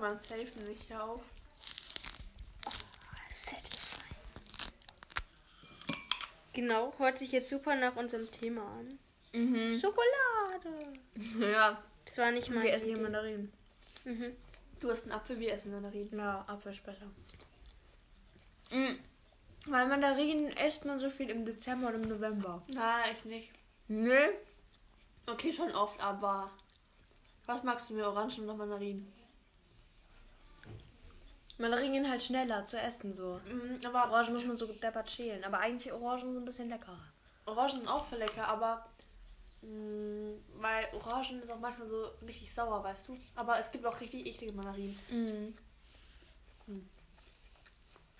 man safe nicht auf. Satisfying. Genau, hört sich jetzt super nach unserem Thema an. Mhm. Schokolade. Ja, Das war nicht meine Wir essen die Idee. Mandarinen. Mhm. du hast einen Apfel, wir essen Mandarinen. Ja, Apfel ist besser. Weil Mandarinen isst man so viel im Dezember und im November. Na, ich nicht. Nee. Okay, schon oft, aber. Was magst du mir, Orangen oder Mandarinen? Mandarinen gehen halt schneller zu essen so. Mhm, aber Orangen muss man so deppert schälen. Aber eigentlich Orangen sind ein bisschen leckerer. Orangen sind auch voll lecker, aber mh, weil Orangen ist auch manchmal so richtig sauer, weißt du? Aber es gibt auch richtig eklige Mandarinen. Hm.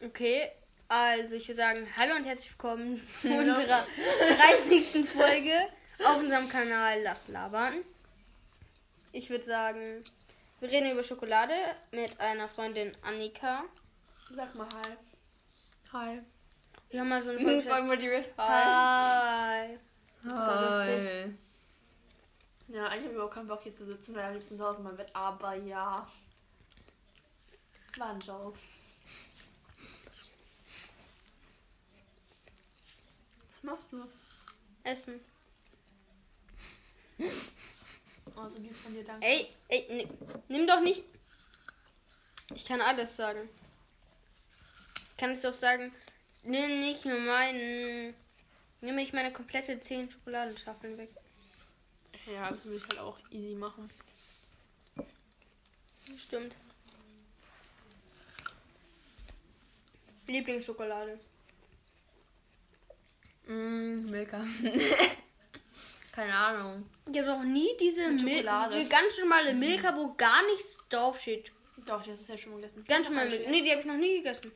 Okay, also ich würde sagen, hallo und herzlich willkommen zu Hallo. unserer 30. Folge auf unserem Kanal Lass Labern. Ich würde sagen, wir reden über Schokolade mit einer Freundin Annika. Sag mal hi. Hi. Wir haben mal so eine Hm, Folge. gesagt, motiviert. Hi. Hi. Ja, eigentlich habe ich überhaupt keinen Bock hier zu sitzen, weil am liebsten zu Hause in meinem Bett, aber ja. War ein Joke. Was machst du? Essen. Also die von dir danke. Ey, ey, ni- nimm doch nicht. Ich kann alles sagen. Ich kann jetzt auch sagen, nimm nicht nur meinen. Nimm nicht meine komplette 10 Schokoladenschaffeln weg. Ja, das will ich halt auch easy machen. Stimmt. Lieblingsschokolade. Mm, Milka. Keine Ahnung. Ich habe noch nie diese, Mit Mil Schokolade. diese ganz normale Milka, wo gar nichts draufsteht. Doch, die hast du ja schon mal gegessen. Ganz normale Milka. Nee, die habe ich noch nie gegessen.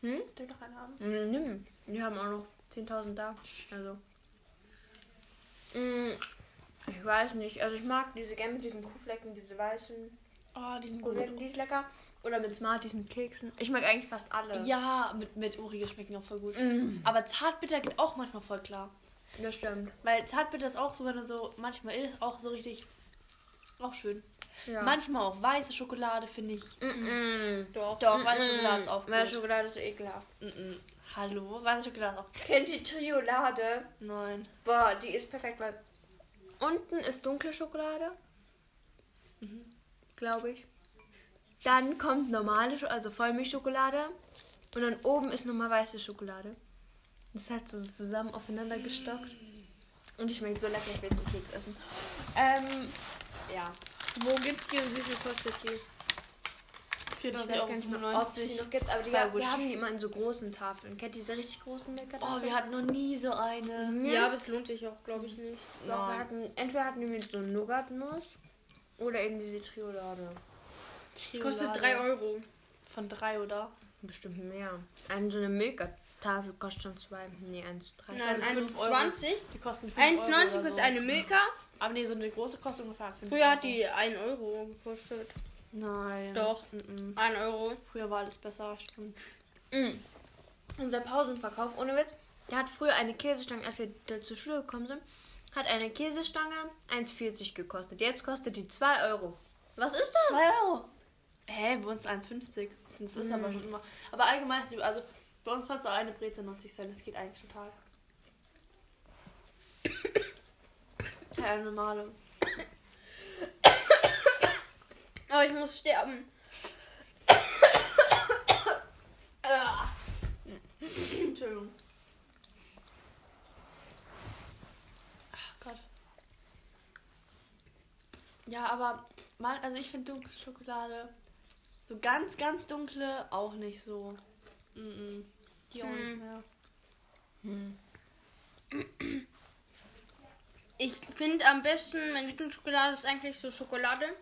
Hm? Darf ich noch eine haben? Mm, nimm. Die haben auch noch 10.000 da. Also. Mm, ich weiß nicht. Also ich mag diese gerne mit diesen Kuhflecken, diese weißen Oh, die sind Kuhflecken, gut. die ist lecker. Oder mit Smarties mit Keksen. Ich mag eigentlich fast alle. Ja, mit, mit Uri schmecken auch voll gut. Mhm. Mm, Aber Zartbitter geht auch manchmal voll klar. das stimmt. Weil Zartbitter ist auch so, wenn du so manchmal ist, auch so richtig. Auch schön. Ja. Manchmal auch weiße Schokolade, finde ich. Mm-mm. Doch. Doch, weiße Schokolade ist auch Meine gut. Schokolade ist so ekelhaft. Mhm. Hallo? Weiße Schokolade ist auch. Kennt ihr Triolade? Nein. Boah, die ist perfekt, weil unten ist dunkle Schokolade. Glaube Mhm. ich. Dann kommt normale, Scho- also Vollmilchschokolade. Und dann oben ist nochmal weiße Schokolade. Das ist halt so zusammen aufeinander gestockt. Und ich schmeckt so lecker, ich will jetzt einen Keks essen. Ähm, ja. Wo gibt's die und wie viel kostet die? Ich weiß gar nicht mehr, ob es die 94,95. noch gibt, aber die, Bei Wish. wir haben die immer in so großen Tafeln. Kennt ihr diese richtig großen Milka-Tafeln? Oh, wir hatten noch nie so eine. Mhm. Ja, aber es lohnt sich auch, glaube ich, nicht. Doch, wir Nein. hatten, entweder hatten wir mit so Nougatnuss oder eben diese Triolade. Kostet Schokolade. 3 Euro. Von drei, oder? Bestimmt mehr. Eine so eine Milka-Tafel kostet schon zwei. Nee, eins, drei. Nein, Dann fünf Euro. 1,20. Die kosten 5 Euro. 1,90 oder kostet so. eine Milka. Aber nee, so eine große kostet ungefähr 5 Früher hat die 1 Euro gekostet. Nein. Doch. Mhm. 1 Euro. Früher war alles besser. Stimmt. Mm. Unser Pausenverkauf, ohne Witz, der hat früher eine Käsestange, als wir da zur Schule gekommen sind, hat eine Käsestange 1,40 gekostet. Jetzt kostet die 2 Euro. Was ist das? 2 Euro. Hä, bei uns 1,50. Das ist aber schon immer. Aber allgemein ist die, also bei uns kostet auch eine Brezel 90 Cent. Das geht eigentlich total. Ja, eine normale. Aber ich muss sterben. Entschuldigung. Ach Gott. Ja, aber man, also ich finde dunkle Schokolade so ganz, ganz dunkle auch nicht so. Mm -mm. Die auch nicht Hm. mehr. Ich finde am besten, meine Lieblingsschokolade ist eigentlich so Schokolade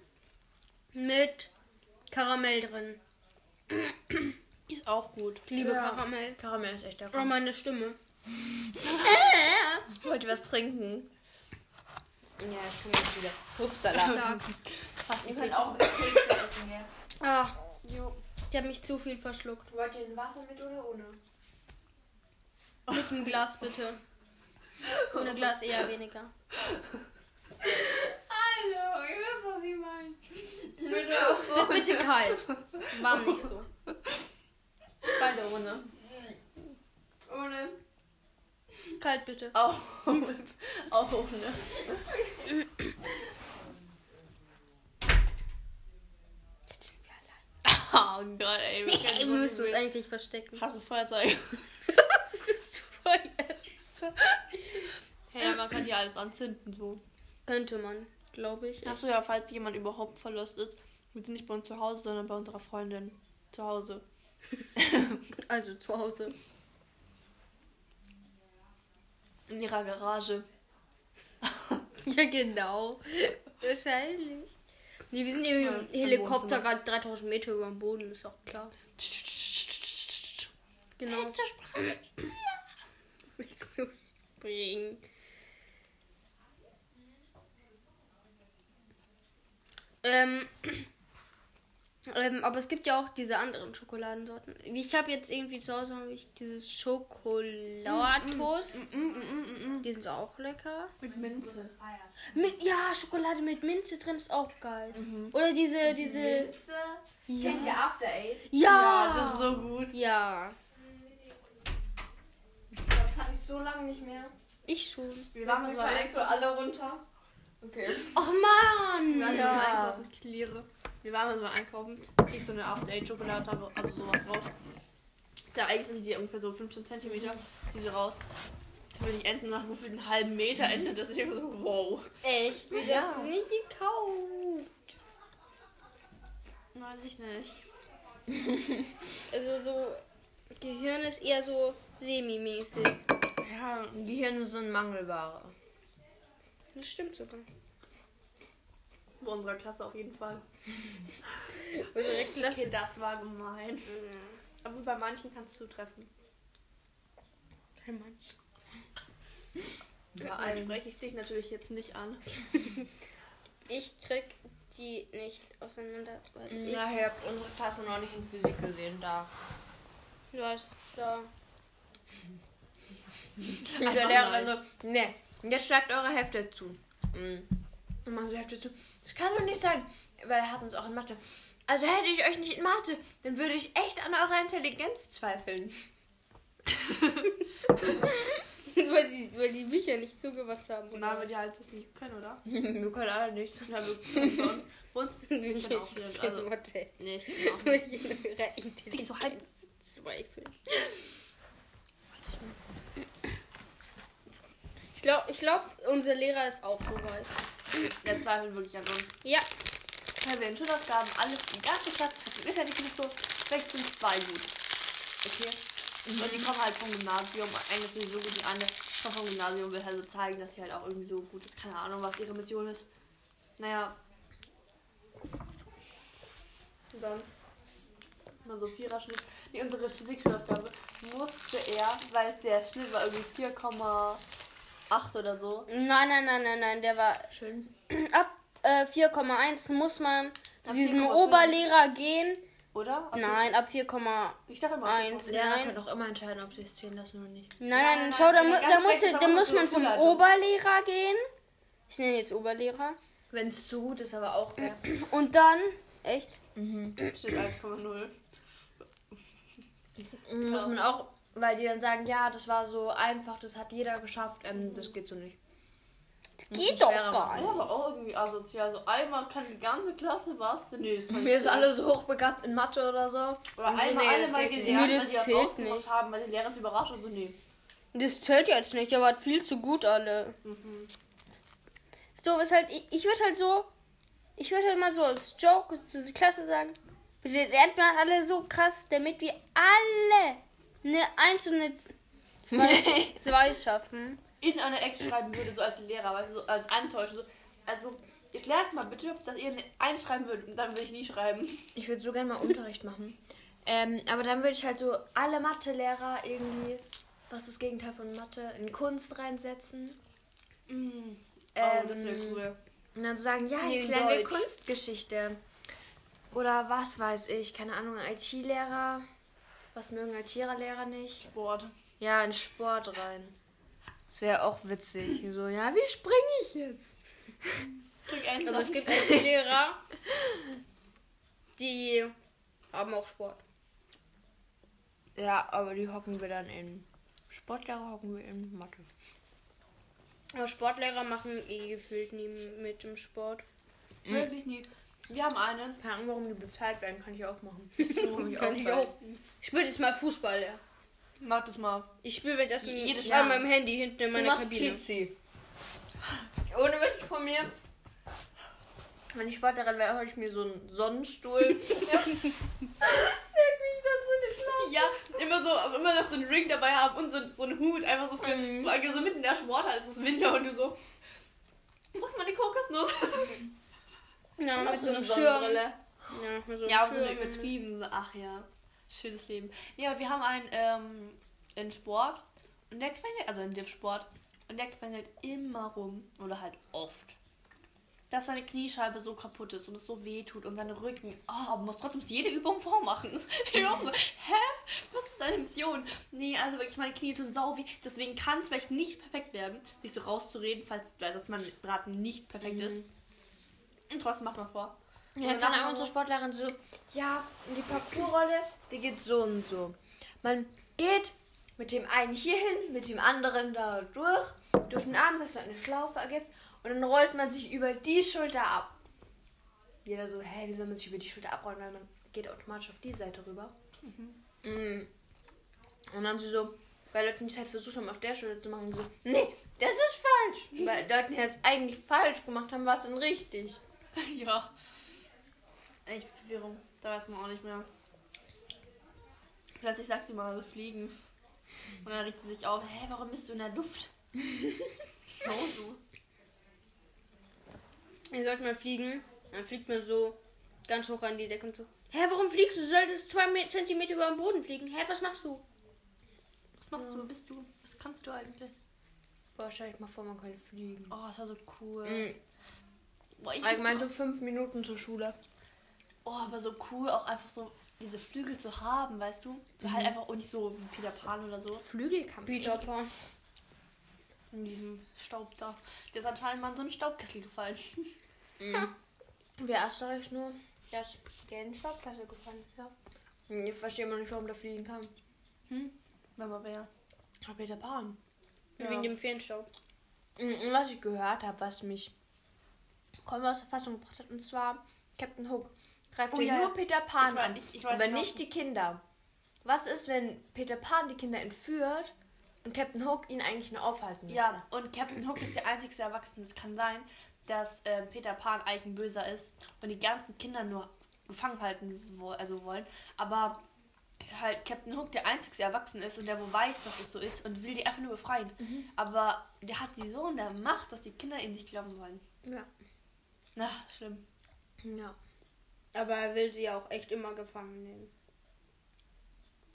mit Karamell drin. Die ist auch gut. Ich liebe Ja. Karamell. Karamell ist echt lecker. Oh, meine Stimme. Wollt ihr was trinken? Ja, ich kann jetzt wieder. Hupsala. Stark. Fast Ihr ein könnt Keks. auch Kekse essen, gell? Ah, Jo. ich habe mich zu viel verschluckt. Wollt ihr ein Wasser mit oder ohne? Mit dem Glas bitte. Ohne Glas eher weniger. Hallo, ich weiß, was ich meine. Wird bitte kalt. Warm nicht so. Beide ohne. Ohne. Kalt bitte. Auch ohne. Auch ohne. Jetzt sind wir allein. Oh Gott, ey. wir können Ey, so müsst nicht uns mehr- eigentlich verstecken. Hast du ein Feuerzeug? das ist voll ernst. Hey, ja, man kann hier alles anzünden, so. Könnte man, glaube ich. Achso, ja, falls jemand überhaupt verlost ist, wir sind nicht bei uns zu Hause, sondern bei unserer Freundin zu Hause. Also zu Hause. In ihrer Garage. Ja, genau. Wahrscheinlich. Nee, wir sind irgendwie Ja, im im Helikopter Wohnzimmer. gerade 3000 Meter über dem Boden, ist auch klar. Genau. Zur Sprache. Willst du springen? Ähm, ähm, aber es gibt ja auch diese anderen Schokoladensorten. Wie Ich habe jetzt irgendwie zu Hause habe ich dieses Schokolatos. mm, Die sind auch lecker. Mit Minze. Mit, ja, Schokolade mit Minze drin ist auch geil. Oder diese, diese. Minze. Kennt ihr After Eight? Ja, das ist Mhm. Ja! so gut. Ja, Ich glaube, das hatte ich so lange nicht mehr. ich schon. Wir waren waren mal so so alle runter. Okay. Ach man! Wir waren ja. mal Ja. einkaufen, ich liere. Wir waren mal so einkaufen, zieh ich so eine After-Eight-Schokolade, habe, also sowas raus. Da eigentlich sind die ungefähr so 15 cm, diese raus. Wenn ich enden nach ungefähr einen halben Meter ende, das ist immer so, wow. Echt? Wieso hast du sie nicht gekauft? Weiß ich nicht. Also so. Gehirn ist eher so semi-mäßig. Ja, Gehirne sind Mangelware. Das stimmt sogar. Bei unserer Klasse auf jeden Fall. Direkt Okay, das war gemein. Aber bei manchen kannst du treffen. Bei allen also spreche ich dich natürlich jetzt nicht an. Ich krieg die nicht auseinander, weil ich. Ja, ihr habt unsere Klasse noch nicht in Physik gesehen, da. Du hast da. Und der Lehrer dann so, ne, jetzt schlagt eure Hefte zu. Mhm. Und man so Hefte zu. Das kann doch nicht sein. Weil er hat uns auch in Mathe. Also hätte ich euch nicht in Mathe, dann würde ich echt an eurer Intelligenz zweifeln. weil, die, weil die Bücher nicht zugemacht haben. Und da wir die halt das nicht können, oder? Wir können alle nichts. Ja, wir bei uns. Bei uns ich Bücher kann auch nicht nicht. Also, zugemacht haben. nee, ich kann auch Weil nicht. die in ihrer Intelligenz so halb- zweifeln. Ich glaube, ich glaub, unser Lehrer ist auch so weit. Der zweifelt wirklich an uns. Ja, Weil wir in Schulaufgaben alles, die ganze Stadt, das Also, ist ja nicht genug so, vielleicht sind zwei gut. Okay? Und die kommen halt vom Gymnasium, eine ist sowieso gut, die andere kommt vom Gymnasium und will halt so zeigen, dass sie halt auch irgendwie so gut ist. Keine Ahnung, was ihre Mission ist. Naja. Und Sonst. Mal so Viererschnitt. Nee, unsere Physikschulaufgabe musste er, weil der Schnitt war irgendwie 4,8 oder so. nein, nein, nein, nein, nein, der war Schön. ab äh, 4,1 muss man Ab zu diesem 4,5. Oberlehrer gehen. Oder? Also, Nein, ab 4,1. Ich dachte immer. Eins. Ja. Ja. Lehrer Nein. können auch immer entscheiden, ob sie es zählen lassen oder nicht. Nein, Ja, nein, nein, schau, da, die mu da, ganz muss, rechts ist da aber muss unsere man zum Schulleitung. Oberlehrer gehen. Ich nenne jetzt Oberlehrer. Wenn es zu gut ist, aber auch geil. Und dann, echt, Steht 1,0. Muss man auch, weil die dann sagen, ja, das war so einfach, das hat jeder geschafft, ähm, das geht so nicht. Muss geht man doch schwerer gar Ah, Ja, nicht. aber auch irgendwie asozial. So einmal kann die ganze Klasse was. Nee, das kann Wir sind alle so hochbegabt in Mathe oder so. Oder einmal nee, alle das mal geht nicht. gelernt, Nee, weil das die das zählt ausgemacht nicht. haben, weil die Lehrer es überrascht und so, nee. Das zählt jetzt nicht, ihr wart viel zu gut alle. Das Doofe ist halt, ich, ich würde halt so, ich würde halt mal so als Joke zu der Klasse sagen, bitte lernt mal alle so krass, damit wir alle eine einzelne zwei, zwei schaffen. In eine Ex schreiben würde, so als Lehrer, weißt du, so als Antäuschung. So. Also, ihr lernt mal bitte, dass ihr eine eins schreiben würdet und dann würde ich nie schreiben. Ich würde so gerne mal Unterricht machen. Ähm, aber dann würde ich halt so alle Mathelehrer irgendwie, was ist das Gegenteil von Mathe, in Kunst reinsetzen. oh, das wäre Ähm, cool. Und dann so sagen, ja, Nee, jetzt lernen wir Deutsch. Kunstgeschichte. Oder was weiß ich, keine Ahnung, IT-Lehrer. Was mögen IT-Lehrer nicht? Sport. Ja, in Sport rein. Das wäre auch witzig. So, ja, wie springe ich jetzt? Krieg einen Aber es Satz. gibt auch Lehrer, die haben auch Sport. Ja, aber die hocken wir dann in. Sportlehrer hocken wir in Mathe. Aber Sportlehrer machen eh gefühlt nie mit dem Sport. Wirklich nie. Wir haben einen. Keine Ahnung, warum die bezahlt werden, kann ich auch machen. So, ich kann ich bald. auch. Ich spiele jetzt mal Fußball, ja. Mach das mal. Ich spiele währenddessen Jedes an Jahr. meinem Handy hinten in Du meiner machst Kabine. Cheatsy. Ohne Witz von mir. Wenn ich Sportlerin wäre, hole ich mir so einen Sonnenstuhl. Leg mich dann so in die Klasse. ja, immer so, aber immer noch so einen Ring dabei haben und so, so einen Hut. Einfach so für, so, also mitten in der Sporthalle ist es Winter und du so. Wo ist meine Kokosnuss? Ja, mit so einem Schirm. Sonnenbrille. Ja, mit so einem Ja, so Schirm. eine übertriebene. Ach ja, schönes Leben. Ja, aber wir haben einen ähm, in Sport und der quengelt, also in Div-Sport, und der quengelt immer rum oder halt oft. Dass seine Kniescheibe so kaputt ist und es so weh tut und sein Rücken. Oh, aber muss trotzdem jede Übung vormachen. Ich bin auch so, hä? Was ist deine Mission? Nee, also wirklich, meine Knie tun sau weh. Deswegen kann es vielleicht nicht perfekt werden, sich so rauszureden, falls dass mein Braten nicht perfekt ist. Und trotzdem macht man vor. Ja, genau. dann haben unsere Sportlerin so, ja, und die Parcoursrolle, die geht so und so. Man geht mit dem einen hier hin, mit dem anderen da durch, durch den Arm, dass so eine Schlaufe ergibt und dann rollt man sich über die Schulter ab. Jeder so, hä, wie soll man sich über die Schulter abrollen, weil man geht automatisch auf die Seite rüber. Mhm. Und dann haben sie so, weil Leute nicht halt versucht haben, auf der Schulter zu machen, so, nee, das ist falsch. Weil Leute, die das eigentlich falsch gemacht haben, war es dann richtig. Ja. Echt Verwirrung. Da weiß man auch nicht mehr. Plötzlich sagt sie mal, wir fliegen. Und dann regt sie sich auf, hä, warum bist du in der Luft? so, so. Ihr sollt mal fliegen. Dann fliegt man so ganz hoch an die Decke und so. Hä, warum fliegst du? Du solltest zwei Me- Zentimeter über dem Boden fliegen. Hä, was machst du? Was machst du? Wer bist du? Was kannst du eigentlich? Boah, stell dich mal vor, man könnte fliegen. Oh, das war so cool. Mhm. Boah, ich Allgemein wüsste so fünf Minuten zur Schule. auch- oh, aber so cool, auch einfach so diese Flügel zu haben, weißt du? So Mhm. halt einfach und nicht so wie Peter Pan oder so. Flügelkampf. Peter Pan. In diesem Staub da. Der ist anscheinend mal in so einen Staubkessel gefallen. Wer Asterix nur? Der ist den Schraubkassel gefahren, ja. Ich verstehe immer nicht, warum der fliegen kann. Na, mal wer? Aber Peter Pan. Wegen dem Fernstaub. Und Mm, was ich gehört habe, was mich kommen aus der Fassung gebracht hat, und zwar Captain Hook. Greift Oh ja ja. nur Peter Pan Ich weiß- an, ich- ich weiß aber genau. nicht die Kinder. Was ist, wenn Peter Pan die Kinder entführt und Captain Hook ihn eigentlich nur aufhalten möchte? Ja, und Captain Hook ist der einzige Erwachsene. Es kann sein, dass äh, Peter Pan eigentlich ein Böser ist und die ganzen Kinder nur gefangen halten wo, also wollen. Aber halt Captain Hook der einzige Erwachsene ist und der wo weiß, dass es so ist und will die einfach nur befreien. Aber der hat die so in der Macht, dass die Kinder ihm nicht glauben wollen. Ja. Na, schlimm. ja. Aber er will sie ja auch echt immer gefangen nehmen.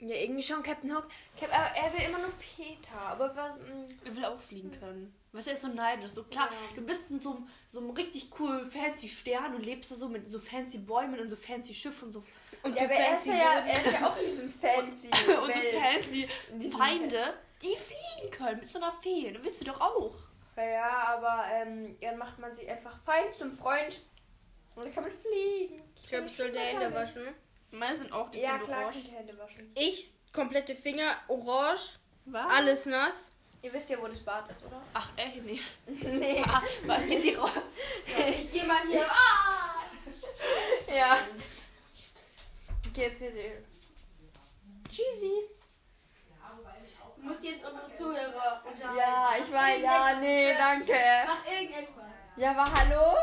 Ja, irgendwie schon Captain Hook. Cap aber er will immer nur Peter. Aber was. mm, Er will auch fliegen können. Weißt du, er ist so neidisch. So klar, Ja. du bist in so einem, so einem richtig cool fancy Stern und lebst da so mit so fancy Bäumen und so fancy Schiff und so Und Ja, so aber er ist fancy ja, er ist ja auch in diesem fancy. und so Welt. fancy diesem- Feinde, die fliegen können mit so einer Fee. Dann willst du doch auch. Ja, aber ähm, dann macht man sich einfach Feind zum Freund. Und dann kann man fliegen. Ich glaube, ich soll die Hände waschen. Meine sind auch die Ja, sind klar, orange. könnt ihr Hände waschen. Ich, komplette Finger, orange, Was? alles nass. Ihr wisst ja, wo das Bad ist, oder? Ach, ey, nee. Nee. Ah, war hier sie raus. Ich geh mal hier. Ja. Okay, jetzt wird ihr. Cheesy. Du musst jetzt unsere Zuhörer unterhalten. Ah, Ja, ich weiß. Ja, nee, danke. Mach irgendetwas. Ja, aber hallo?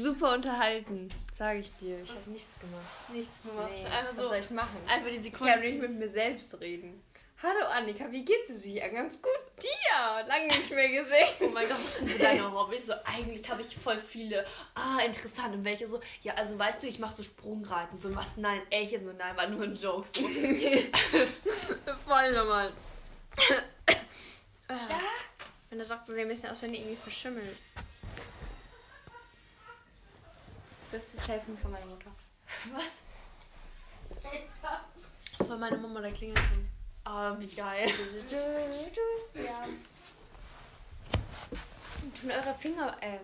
super unterhalten. Sag ich dir. Ich habe nichts gemacht. Nichts gemacht. Nee. Einfach Was so. soll ich machen? Einfach die Ich kann Sekunden. nicht mit mir selbst reden. Hallo Annika, wie geht's dir so? Ja, ganz gut. Dir! Lange nicht mehr gesehen. Oh mein Gott, was sind so deine Hobbys? So, eigentlich habe ich voll viele. Ah, interessant. Und welche so? Ja, also weißt du, ich mache so Sprungreiten. So was? Nein, echt jetzt nur nein, war nur ein Joke. So. Voll normal. Ah. Stark. Meine Socken sehen ein bisschen aus, wenn die irgendwie verschimmelt. Das ist das Helfen von meiner Mutter. Was? Von meiner Mama, da klingelt schon. Ah, wie geil. Ja. Und tun eure Finger, äh,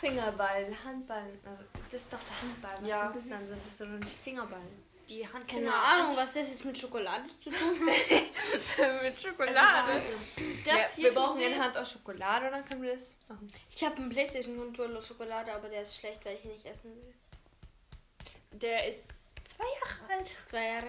Fingerballen, Handballen. Also, das ist doch der Handball. Was Ja. sind das dann? Sind das sind doch nicht Fingerballen. Die Hand genau. Keine Ahnung, was das jetzt mit Schokolade zu tun hat. Mit Schokolade. Das hier ja, Also, wir tut brauchen mir- in der Hand auch Schokolade und dann können wir das machen. Ich habe einen Playstation-Controller Schokolade, aber der ist schlecht, weil ich ihn nicht essen will. Der ist zwei Jahre alt. Zwei Jahre.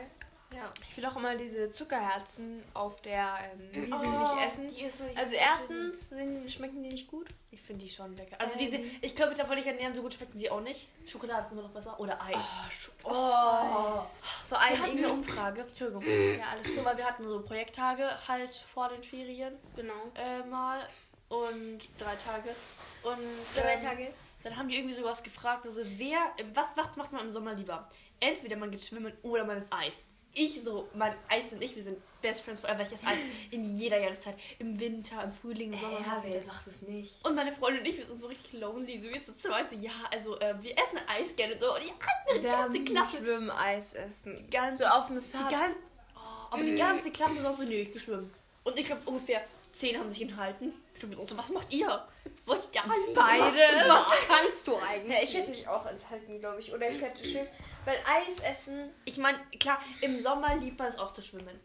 Ja. Ich will auch immer diese Zuckerherzen auf der ähm, Wiese Oh, nicht essen. die ist so- Also erstens sind, schmecken die nicht gut. Ich finde die schon lecker. Also Ähm. diese, ich könnte mich davon nicht ernähren, so gut schmecken sie auch nicht. Schokolade ist immer noch besser. Oder Eis. Oh, Oh, vor wir allem hatten eine irgendwie. Umfrage. Entschuldigung. Ja, alles so, weil wir hatten so Projekttage halt vor den Ferien Genau. äh, mal. Und drei Tage. Und Drei ähm, Tage. dann haben die irgendwie sowas gefragt, also wer, was, was macht man im Sommer lieber? Entweder man geht schwimmen oder man ist Eis. Ich so, mein Eis und ich, wir sind Best Friends forever. Ich esse Eis in jeder Jahreszeit. Im Winter, im Frühling, im Sommer. was mit der- macht es nicht? und meine Freundin und ich, wir sind so richtig lonely. So, wir sind zu zweit so, ja, also äh, wir essen Eis gerne so. Und die andere, die Wir ganze haben Klasse, Schwimmen Eis essen. ganz- so auf dem die Sub. ganze, oh, aber die ganze Klasse war so, nee, ich geh schwimmen. Und ich glaube, ungefähr zehn haben sich enthalten. Ich bin so, was macht ihr? Wollt ihr da liegen? Beides. Was kannst du eigentlich? Ja, ich hätte mich auch enthalten, glaube ich. Oder ich hätte schön. Weil Eis essen. Ich meine, klar, im Sommer liebt man es auch zu schwimmen.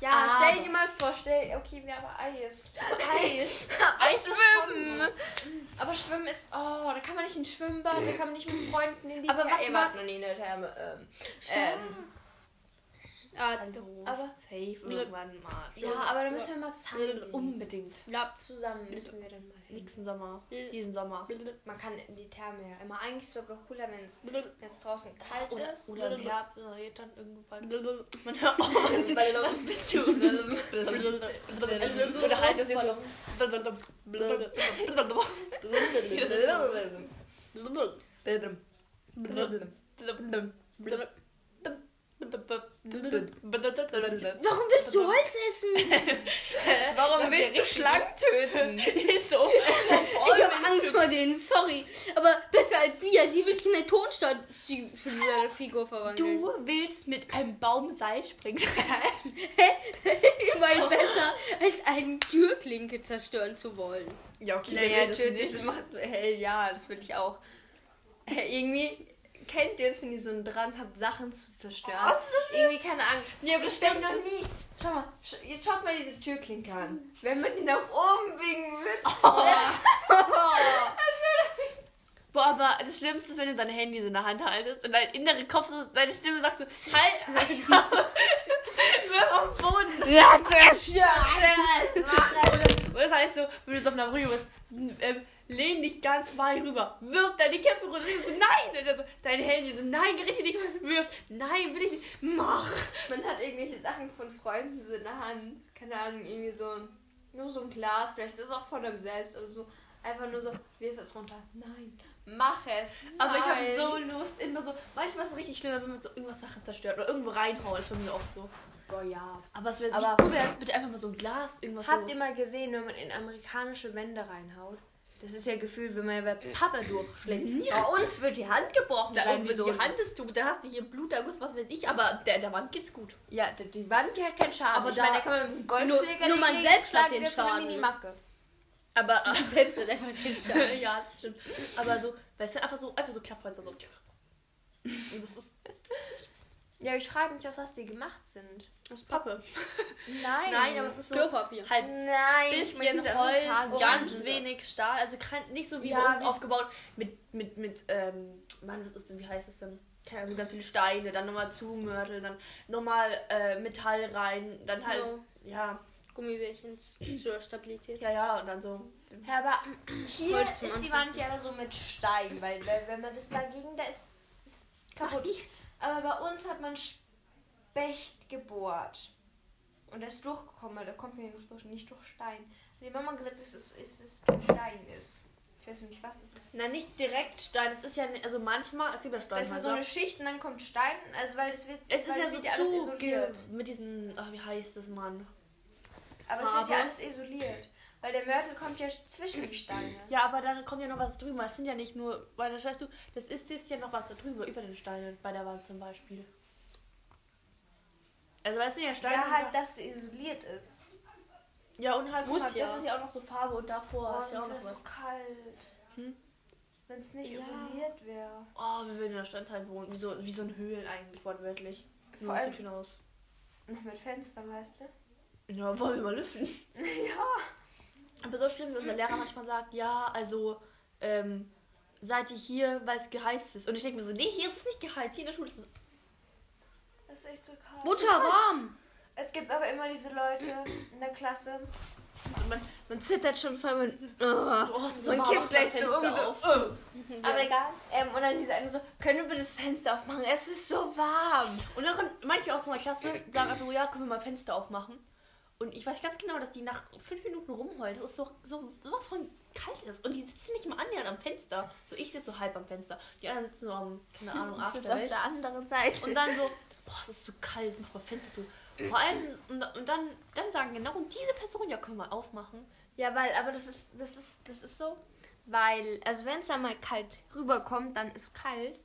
Ja, Aber- stell dir mal vor, stell. Okay, wir haben Eis. Eis. Eis schwimmen. Aber schwimmen ist. Oh, da kann man nicht in den Schwimmbad, da kann man nicht mit Freunden in die Aber Ther- was Ihr macht- wart noch nie in der Therme. Ähm, ähm, Ah, Hallo. Aber- safe irgendwann mal. ja, aber da müssen wir um- mal zusammen. gehen. Unbedingt. Blab. Zusammen müssen wir dann mal hin. Nächsten Sommer. Ja. Diesen Sommer. Man kann in die Therme ja immer. Eigentlich ist sogar cooler, wenn es draußen kalt Oder, ist. oder im Herbst, oder jetzt dann irgendwann. Man hört auch. Was bist du? Oder halt das jetzt so. halt, Warum willst du Holz essen? Warum willst du Schlangen töten? Ist so. Ich habe Angst vor denen, sorry. Aber besser als Mia, die will ich in eine Tonstadt-Figur verwandeln. Du willst mit einem Baum Seil springen. Weil besser als einen Türklinke zerstören zu wollen. ja, okay. Naja, natürlich, das macht, hey, ja, das will ich auch. Hey, irgendwie, kennt ihr das, wenn ihr so einen Drang habt, Sachen zu zerstören? irgendwie, keine Ahnung. Nee, aber das stimmt noch nie. Schau mal, sch- jetzt schaut mal diese Türklinke an. Wenn man die nach oben biegen will. Oh. Boah, aber das Schlimmste ist, wenn du dein Handy so in der Hand haltest und dein innerer Kopf, so, deine Stimme sagt so, halt! Wirf auf den Boden! Ja, zerstören! Und das heißt so, wenn du so auf einer Brücke bist, m- ähm, lehn dich ganz weit rüber, wirf deine Kämpfe runter, und so, nein! Und dann so, dein Handy so, nein, gerät dich nicht, wirf, nein, will ich nicht, mach! Man hat irgendwelche Sachen von Freunden so in der Hand. Keine Ahnung, irgendwie so ein, nur so ein Glas. Vielleicht ist es auch von einem selbst. Also so, einfach nur so, wirf es runter. Nein, mach es. Aber ich habe Nein. so Lust, immer so, manchmal ist es richtig schlimm, wenn man so irgendwas Sachen zerstört oder irgendwo reinhaut, ist bei mir oft so. Boah, ja. Aber es wäre Aber- wie cool, wäre es bitte einfach mal so ein Glas, irgendwas Habt so. ihr mal gesehen, wenn man in amerikanische Wände reinhaut? Das ist ja gefühlt, wenn man ja bei Pappe durchschlägt. Bei uns wird die Hand gebrochen. Da sein, oben wie so die ein- Hand ist du, da hast du hier Bluterguss, was weiß ich, aber der, der Wand geht's gut. Ja, die, die Wand, die hat keinen Schaden. Aber ich da- meine, da kann man mit einem Golfschläger Nur- nur man dagegen selbst hat schlagen, den wird so eine Schaden. Minimacke. Aber Man selbst hat einfach den Schaden. äh, ja, das stimmt. Aber so, weißt du, einfach so, einfach so Klapphäuser so. Und Das ist Ja, aber ich frage mich, aus was die gemacht sind. aus Pappe. Nein. Nein, aber es ist so Klopapier. halt Nein, ich meine, bisschen diese Holz, amerikanischen- ganz wenig Stahl, also kein, nicht so wie bei Ja, uns wie- aufgebaut mit mit mit ähm, Mann, was ist denn, wie heißt das denn? Keine Ahnung, ganz viele Steine, dann nochmal Zumörtel, dann nochmal äh, Metall rein, dann halt No. ja, Gummibärchen z- zur Stabilität. Ja, ja, und dann so. Ja, aber hier Wolltest ist du am die Anfang? Wand ja aber so mit Stein, weil weil wenn man das dagegen, da ist ist kaputt. Aber bei uns hat man Specht gebohrt. Und da ist durchgekommen, weil da kommt man ja nicht durch, nicht durch Stein. Und die Mama hat gesagt, dass es, es, es kein Stein ist. Ich weiß nicht, was es ist. Na, nicht direkt Stein. Das ist ja, also manchmal, es gibt ja Stein. Das ist so eine Schicht und dann kommt Stein, also weil das wird, es ist weil ja das so wird zugehört. Mit diesem, ach, wie heißt das, Mann? Aber es wird ja Farbe. alles isoliert. Weil der Mörtel kommt ja zwischen die Steine. Ja, aber dann kommt ja noch was drüber. Es sind ja nicht nur, weil das weißt du, das ist jetzt ja noch was da drüber, über den Steinen, bei der Wand zum Beispiel. Also, weißt du, ja, Steine. Ja, sind halt, dass sie isoliert ist. ja und halt, guck Muss mal, ja. das ist ja auch noch so Farbe und davor Boah, ist ja auch sonst noch wäre was. so kalt. Hm? Wenn es nicht Ja. isoliert wäre. Oh, wir würden in der Stadtteil wohnen. Wie so, wie so ein Höhlen eigentlich, wortwörtlich. Vor Vor allem- allem. schön aus. Noch mit Fenstern, weißt du? Ja, wollen wir mal lüften. ja. Aber so schlimm, wie unser Lehrer manchmal sagt, ja, also, ähm, seid ihr hier, weil es geheizt ist. Und ich denke mir so, nee, hier ist es nicht geheizt, hier in der Schule ist es... Das ist echt so kalt. Butter warm! Es gibt aber immer diese Leute in der Klasse. Und man, Man zittert schon vor man. so, oh, es ist So ein warm, Kind mach gleich das so irgendwie Fenster so. auf. "Ugh." Aber Aber egal. egal. Ähm, und dann diese eine so, können wir bitte das Fenster aufmachen? Es ist so warm. äh. Und dann kommt manche aus meiner Klasse, sagen einfach, so, ja, können wir mal Fenster aufmachen. Und ich weiß ganz genau, dass die nach fünf Minuten rumheult. Das ist so, so sowas von kalt ist. Und die sitzen nicht mal annähernd am Fenster. So, ich sitze so halb am Fenster. Die anderen sitzen so am, keine Ahnung, Ich Arsch sitze der auf Welt. der anderen Seite. Und dann so, boah, es ist so kalt, mach mal Fenster zu. Vor allem, und, und dann, dann sagen genau diese Person, ja, können wir aufmachen. Ja, weil, aber das ist, das ist, das ist so, weil, also wenn es dann mal kalt rüberkommt, dann ist kalt.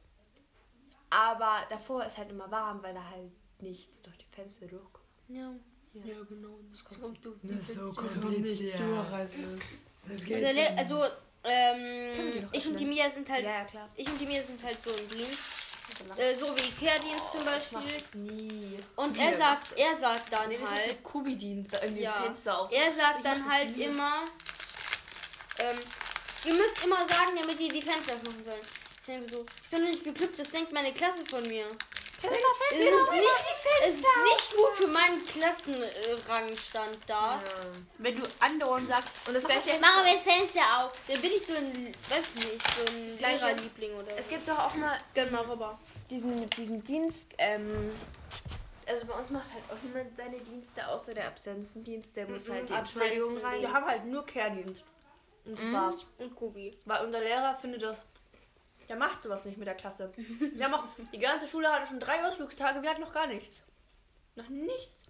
Aber davor ist halt immer warm, weil da halt nichts durch die Fenster durchkommt. Ja. Also, le- also ähm, ich und die Mia sind halt, Ja, ja, klar. ich und die Mia sind halt so im Dienst, äh, so wie Ikea-Dienst zum Ich mach Beispiel. das nie. Und er sagt, er sagt dann Nee, das ist halt, der Kubi-Dienst, da irgendwie Ja. Fenster auf. er Ich sagt mach dann das halt nie. immer, ähm, ihr müsst immer sagen, damit die die Fenster aufmachen sollen. Ich denke mir so, ich bin nicht beglückt, das denkt meine Klasse von mir. Es ist, nicht, es ist nicht gut für meinen Klassenrangstand da. Wenn du andauernd sagst, Und das gleiche, Machen wir das Fenster auf. Dann bin ich so ein, weiß nicht, so ein Gleiche. Lehrerliebling oder es gibt doch auch mal Genau, rüber. diesen, mit diesem Dienst, ähm, also bei uns macht halt auch niemand seine Dienste, außer der Absenzendienst, der muss Mhm, halt die Absenzendienst. Entschuldigung rein. wir haben halt nur Kehrdienst. Und Mhm. das war's. Und Kubi. Weil unser Lehrer findet das. Der macht sowas nicht mit der Klasse. Wir haben auch, die ganze Schule hatte schon drei Ausflugstage, wir hatten noch gar nichts. Noch nichts.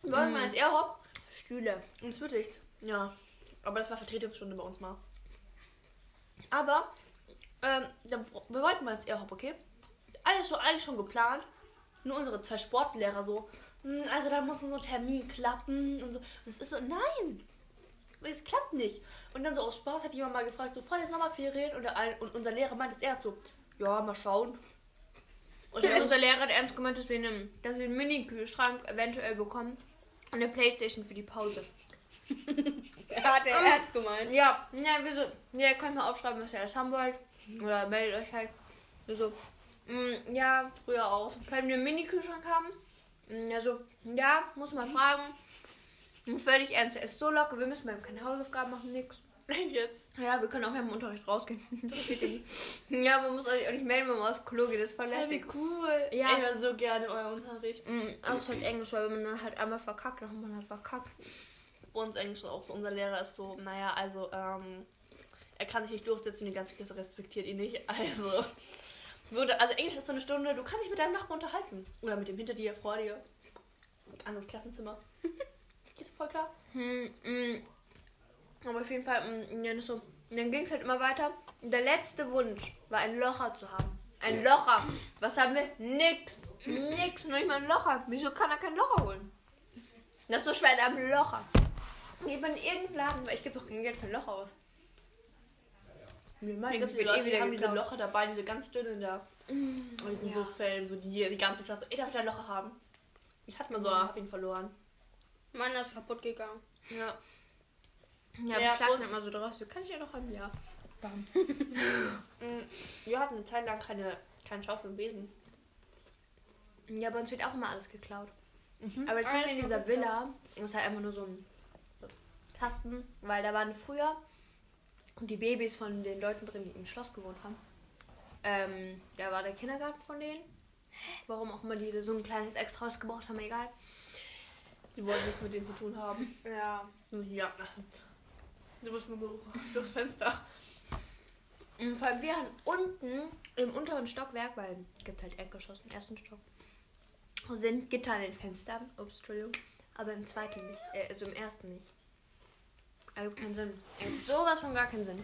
Wir waren mal ins Erhop Stühle. und es wird nichts. Ja. Aber das war Vertretungsstunde bei uns mal. Aber, ähm, dann, wir wollten mal ins Erhop, okay? Alles schon, eigentlich schon geplant. Nur unsere zwei Sportlehrer so. "Hm, Also da muss so ein Termin klappen und so. Und es ist so, nein! es klappt nicht. Und dann so aus Spaß hat jemand mal gefragt, so Freunde, ist Sommerferien? Und, der ein, und unser Lehrer meint es ernst so, ja, mal schauen. Und Und dann, unser Lehrer hat ernst gemeint, dass wir einen, dass wir einen Mini-Kühlschrank eventuell bekommen und eine Playstation für die Pause. Hat er ernst gemeint. Ja, ja, wir so, ja, ihr könnt mal aufschreiben, was ihr alles haben wollt. Oder meldet euch halt. Wir so, mm, ja, früher aus. Können wir einen Mini-Kühlschrank haben? Mm, Ja, so, ja, muss man fragen. Und Völlig ernst, er ist so locker, wir müssen beim keine Hausaufgaben machen, nix. jetzt. Ja, wir können auch während dem Unterricht rausgehen. Interessiert ihn nicht. ja, man muss euch auch nicht melden, wenn man aus dem Klo geht, das ist voll Ja, wie lästig. cool. Ja. Ich höre so gerne euer Unterricht. Mm, außer halt Englisch, weil wenn man dann halt einmal verkackt, dann hat man halt verkackt. Bei uns eigentlich auch so. Unser Lehrer ist so, naja, also, ähm, er kann sich nicht durchsetzen und die ganze Klasse respektiert ihn nicht. Also, würde, also Englisch ist so eine Stunde, du kannst dich mit deinem Nachbarn unterhalten. Oder mit dem hinter dir, vor dir. Anderes Klassenzimmer. Geht voll klar. Hm, hm. Aber auf jeden Fall, hm, dann, ist so, dann ging es halt immer weiter. Und Der letzte Wunsch war ein Locher zu haben. Ein Locher. Was haben wir? Nix. Nix. Noch nicht mal ein Locher. Wieso kann er kein Locher holen? Das ist so schwer in einem Locher. Geht man in irgendeinen Laden, weil ich gebe doch kein Geld für ein Locher aus. Mir gibt wird eh Leute, die wieder haben diese geklaut. Locher dabei, diese ganz dünnen da. Und die sind so fell, so die, die ganze Klasse. Ich darf da Locher haben. Ich hatte mal so, hab ihn verloren. Meiner ist kaputt gegangen. Ja. Ja, Ja, wir schlagen und- immer so draus. Du kannst ja noch haben, ja. Wir hatten eine Zeit lang keine, keinen Schaufel und Besen. Ja, bei uns wird auch immer alles geklaut. Aber das Ah, sind ich wir in hab dieser das gehört. Villa. Das ist halt einfach nur so ein Kasten, weil da waren früher die Babys von den Leuten drin, die im Schloss gewohnt haben. Ähm, da war der Kindergarten von denen. Warum auch immer die so ein kleines Extra-Haus gebaut haben, egal. Die wollten nichts mit denen zu tun haben. Ja. Ja. Du musst nur so durchs Fenster. Und Mhm, vor allem wir hatten unten im unteren Stockwerk, weil es gibt halt Erdgeschoss im ersten Stock, sind Gitter an den Fenstern. Ups, Entschuldigung. Aber im zweiten nicht. Äh, also im ersten nicht. Ergibt keinen Sinn. Ergibt sowas von gar keinen Sinn.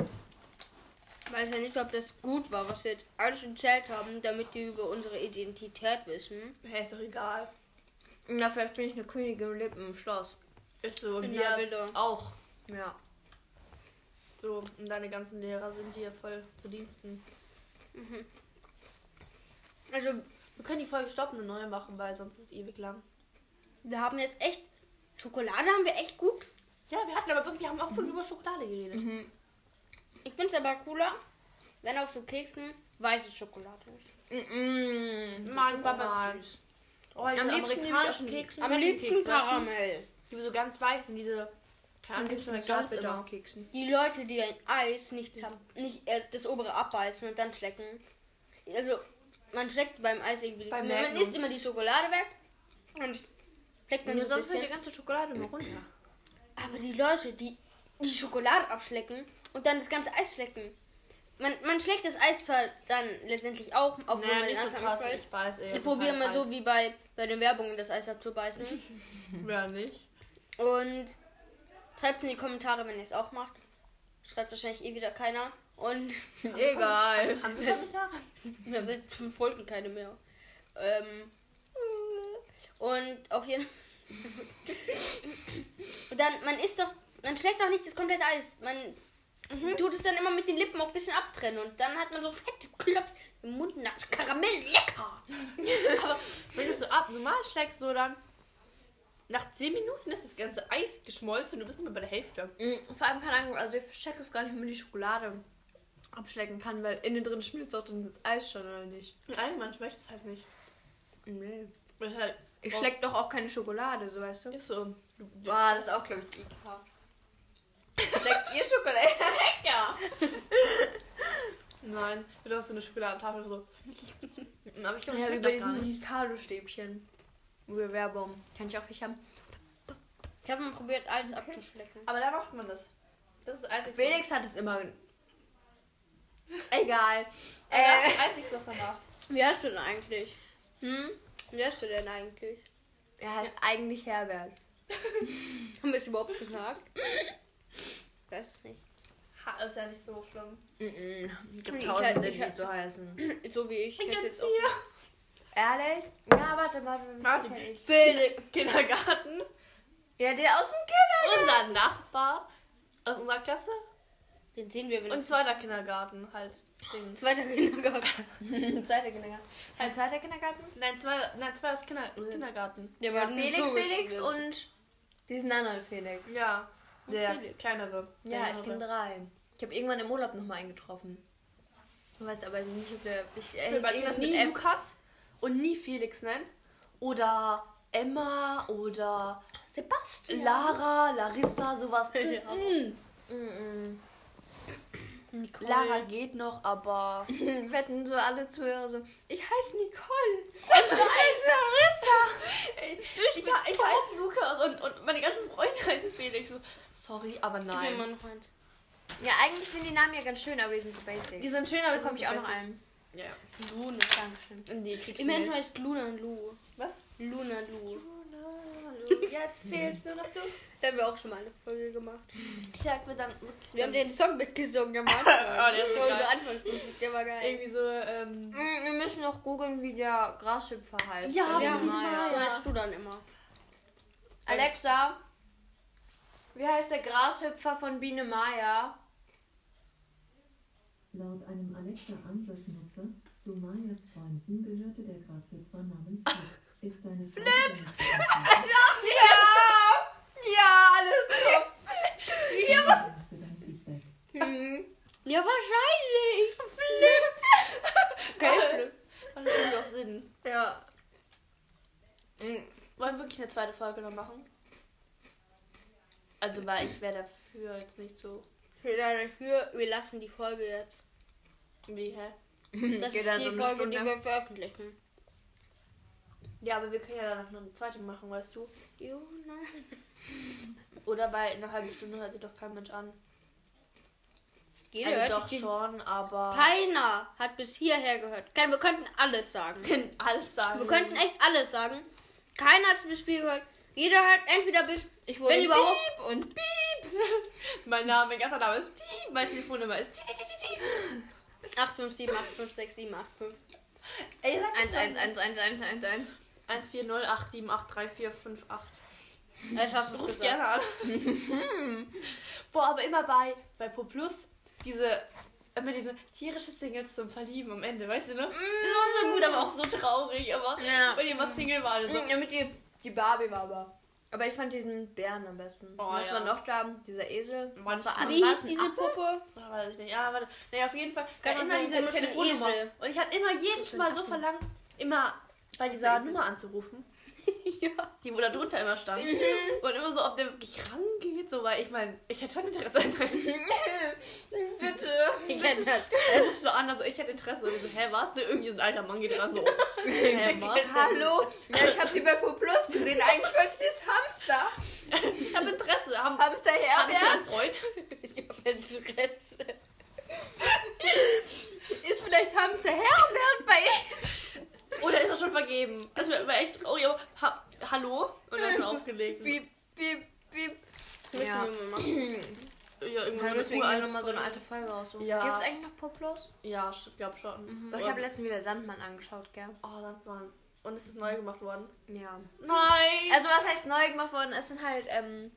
Weiß ja nicht, ob das gut war, was wir jetzt alles erzählt haben, damit die über unsere Identität wissen. Hey, ist doch egal. Na, vielleicht bin ich eine Königin und lebe im Schloss. Ist so. In wir der Villa. auch. Ja. So, und deine ganzen Lehrer sind hier voll zu Diensten. Also, Wir können die Folge stoppen und neu machen, weil sonst ist es ewig lang. wir haben jetzt echt. Schokolade haben wir echt gut. Ja, wir hatten aber wirklich, wir haben auch viel über Schokolade geredet. Ich finde es aber cooler, wenn auf so Keksen weiße Schokolade ist. Mm Mann, Mann. Süß. Oh, diese Am liebsten nehme ich auch amerikanischen die- Keksen. Am liebsten Kekse, weißt du? Karamell. Die so ganz weichen, diese. Keine Ahnung, gibt's noch ganz bitte immer. auf Keksen. Die Leute, die ein Eis nicht, zerb- nicht erst das obere abbeißen und dann schlecken. Also, man schleckt beim Eis irgendwie Bei nichts mehr. Man Magnums. isst immer die Schokolade weg und schleckt dann Und so ein sonst wird die bisschen. ganze Schokolade mal runter. Aber die Leute, die die Schokolade abschlecken und dann das ganze Eis schlecken. Man, man schlägt das Eis zwar dann letztendlich auch, obwohl Naja, man nicht den so Anfang krass, nicht weiß. ich weiß ey. Ich probiere mal Halt so wie bei, bei den Werbungen das Eis abzubeißen. rein. Ja, nicht. Und schreibt es in die Kommentare, wenn ihr es auch macht. Schreibt wahrscheinlich eh wieder keiner. Und Egal. Hast du Kommentare? wir haben seit fünf Folgen keine mehr. Ähm, und auf jeden Und dann, man isst doch, man schlägt doch nicht das komplette Eis. Man tut es dann immer mit den Lippen auch ein bisschen abtrennen. Und dann hat man so fette Klops im Mund nach Karamell. Lecker! Aber wenn du es so ab normal schlägst, so dann. Nach 10 Minuten ist das ganze Eis geschmolzen und du bist nicht mehr bei der Hälfte. Mm, Vor allem keine Ahnung, also ich check es gar nicht, wie man die Schokolade abschlecken kann, weil innen drin schmilzt doch dann das Eis schon, oder nicht? Und allgemein schmeckt es halt nicht. Nee. Ist halt. Ich schleck doch auch keine Schokolade, so weißt du. Ist so. Du, du, Boah, das ist auch, glaube ich, ekelhaft. Schleckt ihr Schokolade? Lecker! nein, du hast so eine Schokoladentafel so. Aber ich glaube, Ja, wie schmeckt bei doch gar diesen nicht. Ricardo-Stäbchen. Über Werbung. Kann ich auch nicht haben. Ich habe mal probiert, Eis abzuschlecken. Aber da macht man das. Das ist das Einzige. Felix hat es immer. Egal. Das Äh, ist das Einzige, was er macht. Wie heißt du denn eigentlich? hm? Wie heißt du denn eigentlich? Er heißt eigentlich Herbert. Haben wir es überhaupt gesagt? Weiß nicht. Ha, ist ja nicht so schlimm. Mhm. Es Ich gibt tausende, kann- ich die kann- so heißen. So wie ich. Hätte jetzt auch. Ehrlich? Ja, warte, warte. Martin, Felix. Kindergarten. Ja, der aus dem Kindergarten. Unser Nachbar aus unserer Klasse. Den sehen wir, wenn Und es zweiter Kindergarten halt. Ding. zweiter Kindergarten. Ein zweiter Kindergarten. Ein zweiter Kindergarten? Nein, zwei, nein, zwei aus Kinder, Kindergarten. Der Ja, nur Felix, so Felix gezogen. und diesen anderen Felix. Ja, der Felix. kleinere. Ja, ich kenne kenne drei. Ich habe irgendwann im Urlaub nochmal eingetroffen. Ich weiß aber nicht, ob der. Ich, er hieß irgendwas irgendwas nie mit F. Lukas und nie Felix nennen. Oder Emma oder Sebastian. Lara, Larissa, sowas. Mhm. Mm, Nicole. Lara geht noch, aber. mm. Wetten so alle Zuhörer so. Ich heiße Nicole. Ich heiße Larissa. Ey, ich, ich, heiße Lukas und, und meine ganzen Freunde heißen Felix. So, Sorry, aber Gib mir mal nein. noch eins. Ja, eigentlich sind die Namen ja ganz schön, aber die sind so basic. Die sind schön, aber jetzt bekomme habe ich auch noch einen. Ja, ja. Luna. Dankeschön. Nee, kriegst du Immerhin nicht. heißt Luna Lu. Was? Luna Lu. Jetzt fehlst nur noch du. Da haben wir auch schon mal eine Folge gemacht. Ich sag mir dann Wir haben den Song mitgesungen am Anfang. Oh, der ist so Das war geil. unser Anfangsmusik. Der war geil. irgendwie so, ähm. Mm, Wir müssen noch googeln, wie der Grashüpfer heißt. Ja, Olivia wie die Meyer. Meyer. Ja. Weißt du dann immer. Alexa, wie heißt der Grashüpfer von Biene Maya? Laut einem Alexa-Ansatz-Nutzer, zu Mayas Freunden gehörte der Grashüpfer namens Flip. Ist deine Frage deine Ja! Ja, alles top. Frage für dein Feedback? Ja, wahrscheinlich. Flip. Geil, Flip. Ah. Das macht natürlich auch Sinn. Ja. Wollen wir wirklich eine zweite Folge noch machen? Also, weil ich wäre dafür jetzt nicht so. Ich bin dafür, wir lassen die Folge jetzt. Wie, hä? Das Geht ist dann die Hm, so eine Folge, Stunde. die wir veröffentlichen. Ja, aber wir können ja dann noch eine zweite machen, weißt du? Jo, nein. Oder bei einer halben Stunde hört sich doch kein Mensch an. Jeder Also hört doch sich die. schon, aber. Keiner hat bis hierher gehört. Kein, wir könnten alles sagen. Wir können alles sagen. Wir könnten echt alles sagen. Keiner hat es bis hier gehört. Jeder hat entweder bis. Ich wurde Wenn überhaupt. Piep und Piep. mein Name, mein ganzer Name ist Piep. Mein Telefonnummer ist. Piep, Piep, Piep, Piep. 857, 856, 785. Ey, sag das 1, 1, 1, 1, 1, 1, 1. 14087834458. Das hast du Ruf gesagt. gerne an. Boah, aber immer bei, bei Pro Plus diese, immer diese tierische Singles zum Verlieben am Ende, weißt du, ne? Das war so gut, aber auch so traurig. Aber Ja. wenn ihr mal Single war, so. Ja, mit die, die Barbie war aber. Aber ich fand diesen Bären am besten. Oh, was ja. war noch da? Dieser Esel. Mann, was war Wie an- Ah, Wie war hieß es ein diese Affe? Puppe? Ah, weiß ich nicht. Ja, warte. Naja, auf jeden Fall. Kann Kann immer auch sein, diese komisch mit Telefonnummer. Esel. Und ich hatte immer jedes Mal so verlangt, immer bei dieser Nummer anzurufen. Ja. Mhm. Die, wo da drunter immer stand. Und immer so, ob der wirklich rangeht, so, weil ich meine, ich hätte schon Interesse an Bitte. Ich hätte das. Er ruft so an, also ich hätte Interesse. Und ich so, hä, warst du? Irgendwie so ein alter Mann geht ran, so, hä, was? Hallo? Ja, ich habe sie bei Pro Plus gesehen. Eigentlich wollte ich jetzt Hamster. Ich hab Interesse. Haben, Hamster haben Sie einen Herbert. Freund? Ist vielleicht Hamster Herbert bei Oder ist er schon vergeben? Das wäre wär echt traurig. aber Ha Hallo? Und dann schon aufgelegt. Piep, piep, piep. Das müssen Ja. wir mal machen. Ja, irgendwie Dann müssen wir uralte irgendwie nochmal so eine Folge. alte Folge raussuchen. Ja. Gibt's eigentlich noch Pro Plus? halt Ja, ich glaub schon. Ich habe letztens wieder Sandmann angeschaut, gell? Oh, Sandmann. Und es ist neu gemacht worden. Ja. Nein! Also was heißt neu gemacht worden? Es sind halt ähm,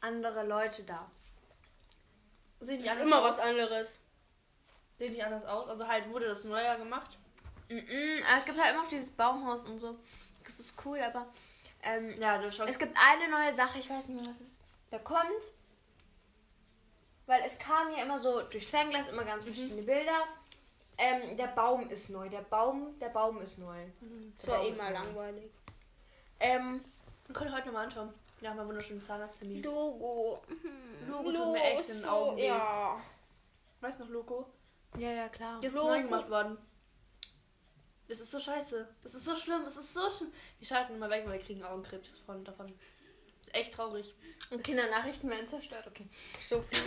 andere Leute da. Sehen die Das ist anders immer aus? was anderes. Sehen die anders aus? Also halt wurde das neuer gemacht. Mhm, aber es gibt halt immer noch dieses Baumhaus und so. Das ist cool, aber ähm, Ja, du schaust. es gibt eine neue Sache, ich weiß nicht mehr, was es da kommt. Weil es kam ja immer so durchs Fernglas immer ganz verschiedene Bilder. Ähm, der Baum ist neu, der Baum, der Baum ist neu. Das war Warum eh ist mal man- langweilig. Ähm, Wir können heute nochmal anschauen. Wir haben einen wunderschönen Zahnarzttermin. Logo. Mhm. Logo tut mir echt in den Augen weh. Ja. Weißt du noch, Loco? ja, ja, klar. Das ist Logo. neu gemacht worden. Das ist so scheiße. Das ist so schlimm. Es ist so schlimm. Wir schalten mal weg, weil wir kriegen Augenkrebs von davon. Ist echt traurig. Und Kindernachrichten werden zerstört, okay. So viel.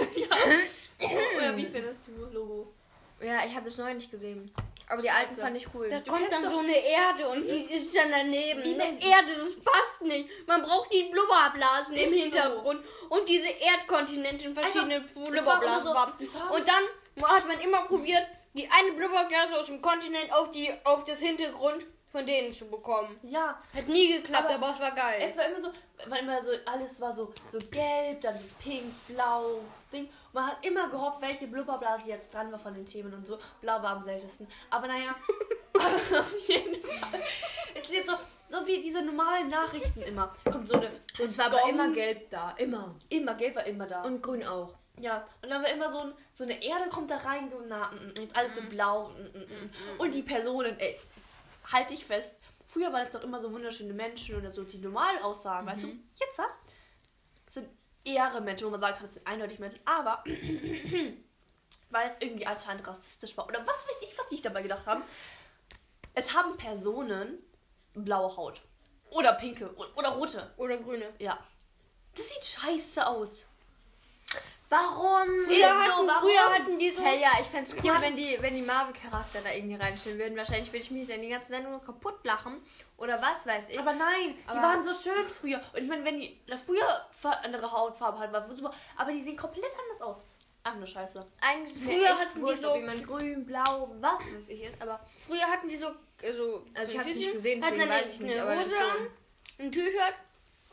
Oder wie findest du Logo? Ja, ich habe das neue nicht gesehen. Aber die Scheiße. alten fand ich cool. Da Du kommt kennst dann doch- so eine Erde und die ist dann daneben. Die Eine Welt- Erde, das passt nicht. Man braucht die Blubberblasen im Ist so. Hintergrund und diese Erdkontinente in verschiedene es war immer so- Blubberblasen. waren. die Farben- und dann hat man immer probiert, die eine Blubberblase aus dem Kontinent auf, die, auf das Hintergrund von denen zu bekommen. Ja, Hat nie geklappt, aber, Aber es war geil. Es war immer so, war immer so, alles war so, so gelb, dann so pink, blau, Ding. Und man hat immer gehofft, welche Blubberblase jetzt dran war von den Themen und so. Blau war am seltensten. Aber naja, auf jeden Fall. Es ist jetzt so, so wie diese normalen Nachrichten immer. Kommt so eine. So Es ein war aber Gong. immer gelb da, immer. Immer gelb war immer da. Und grün auch. Ja, und dann war immer so, ein, so eine Erde kommt da rein, so, na, mm, mm, jetzt alles so blau. Mm, mm, mm. Und die Personen, ey, halt dich fest. Früher waren das doch immer so wunderschöne Menschen oder so, die normal aussahen, weißt du? Jetzt ha? sind eher Menschen, wo man sagen kann, das sind eindeutig Menschen, aber weil es irgendwie anscheinend rassistisch war oder was weiß ich, was die sich dabei gedacht haben. Es haben Personen blaue Haut oder pinke o- oder rote. Oder grüne. Ja. Das sieht scheiße aus. Warum? Ja, Früher hatten, warum? früher hatten die so. Hey, ja, ich fänd's cool, Ja. wenn die, wenn die Marvel-Charakter da irgendwie reinstellen würden. Wahrscheinlich würde ich mich dann die ganze Sendung nur kaputt lachen. Oder was weiß ich. Aber nein, aber- die waren so schön früher. Und ich meine, wenn die das früher fa- andere Hautfarbe hatten, war super. Aber die sehen komplett anders aus. Ach, ne Scheiße. Eigentlich ist mir Früher echt hatten die wurscht, so- ob jemand grün, blau, was weiß ich jetzt. Aber Früher hatten die so. äh, so Also ich hab's Füßchen, nicht gesehen, hatten deswegen dann weiß ich nicht, eine aber Hose so- an, ein T-Shirt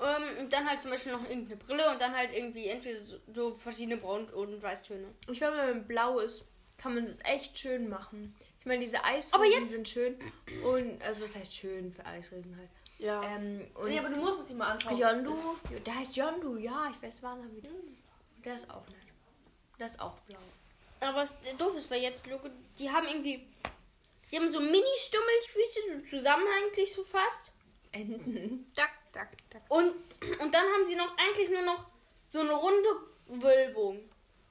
ähm, und dann halt zum Beispiel noch irgendeine Brille und dann halt irgendwie entweder so, so verschiedene Braun- und Weißtöne. ich glaube, wenn man blau ist, kann man das echt schön machen. Ich meine, diese Aber Eisriesen jetzt- sind schön. Und, also was heißt schön für Eisriesen halt? Ja. Ähm, und nee, aber du musst es dir mal anschauen. Yondu, der heißt Yondu, ja, ich weiß wann er wieder. Der ist auch nett. Der ist auch blau. Aber was doof ist bei jetzt, Logo, die haben irgendwie. Die haben so Mini-Stummelfüße, so zusammenhänglich so fast. Enten. Da Duck, duck. Und, und dann haben sie noch eigentlich nur noch so eine runde Wölbung.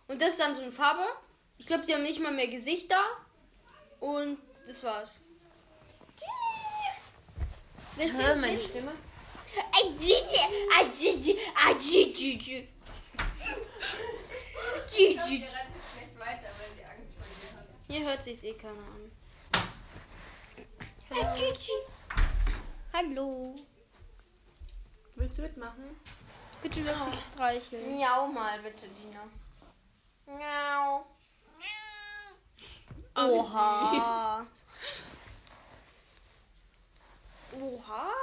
Und das ist dann so eine Farbe. Ich glaube, die haben nicht mal mehr Gesichter. Und das war's. Willst du meine Stimme? Hier hört sich's eh keiner an. Hallo. Willst du mitmachen? Bitte lass dich streicheln. Miau mal bitte, Dina. Miau. Oha. Oha.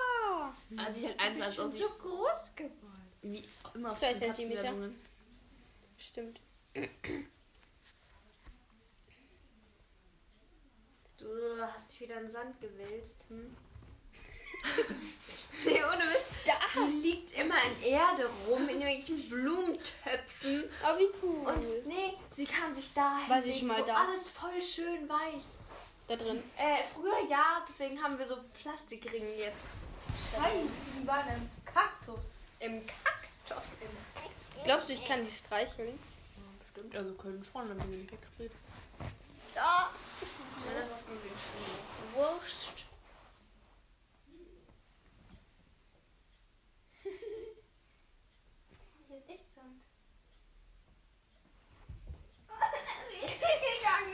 Also ich halt eins als aus So groß geworden. wie immer auf Zwei den Katzen Zentimeter. Werbungen. Stimmt. Du hast dich wieder in den Sand gewälzt. Hm? nee, ohne Witz. Die liegt immer in Erde rum, in irgendwelchen Blumentöpfen. Oh, wie cool. Und nee, sie kann sich da War sie hinlegen, schon mal so da? alles voll schön weich. da drin. Äh, früher ja, deswegen haben wir so Plastikringe jetzt. Nein, die waren ein Kaktus. Im Kaktus. Glaubst du, ich kann die streicheln? Stimmt, also können schon, wenn wir nicht wegspielen. Da. Ja, das macht irgendwie schon Wurst. Hier ist echt Sand.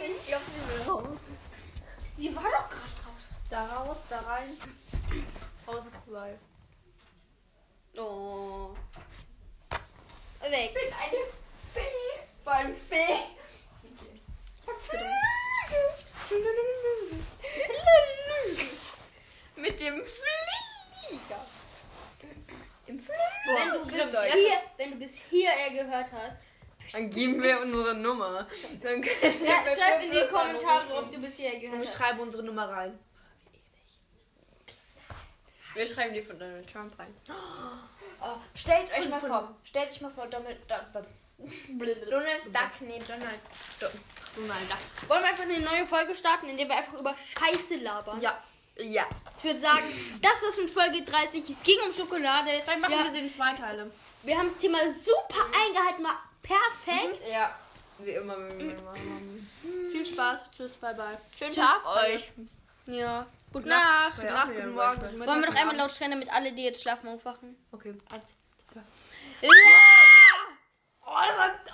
Ich glaube, sie will raus. Sie war doch gerade raus. Da raus, da rein. Außen vorbei. Oh. Weg. bin eine Fee. Beim Fee. Mit dem Flieger. Im Flieger. Wenn du, bis hier, wenn du bis hierher gehört hast, Dann geben wir unsere Nummer. Dann könnt ihr schrei- schreib in die Kommentare, ob du bis hierher Wir gehört hast. schreiben unsere Nummer rein. Wir schreiben die von Donald Trump rein. Oh, stellt euch mal vor, stellt euch mal vor, Donald Duck. Donald Duck, nee, Donald. Donald Duck. Wollen wir einfach eine neue Folge starten, indem wir einfach über Scheiße labern? Ja. Ja. Ich würde sagen, das war's mit Folge 30. Es ging um Schokolade. Vielleicht machen Ja, wir sie in zwei Teile. wir haben das Thema Mhm. super eingehalten. War perfekt. Ja. Wie immer, wenn wir machen. Viel Spaß. Tschüss, bye bye. Schönen Tschüss euch. Ja. Gute Nacht. Gute Nacht, guten Morgen. guten Mittag, Wollen guten wir doch einmal Abend. laut schreien, damit alle, die jetzt schlafen, aufwachen? Okay. Eins, zwei. Ja! Oh, das war...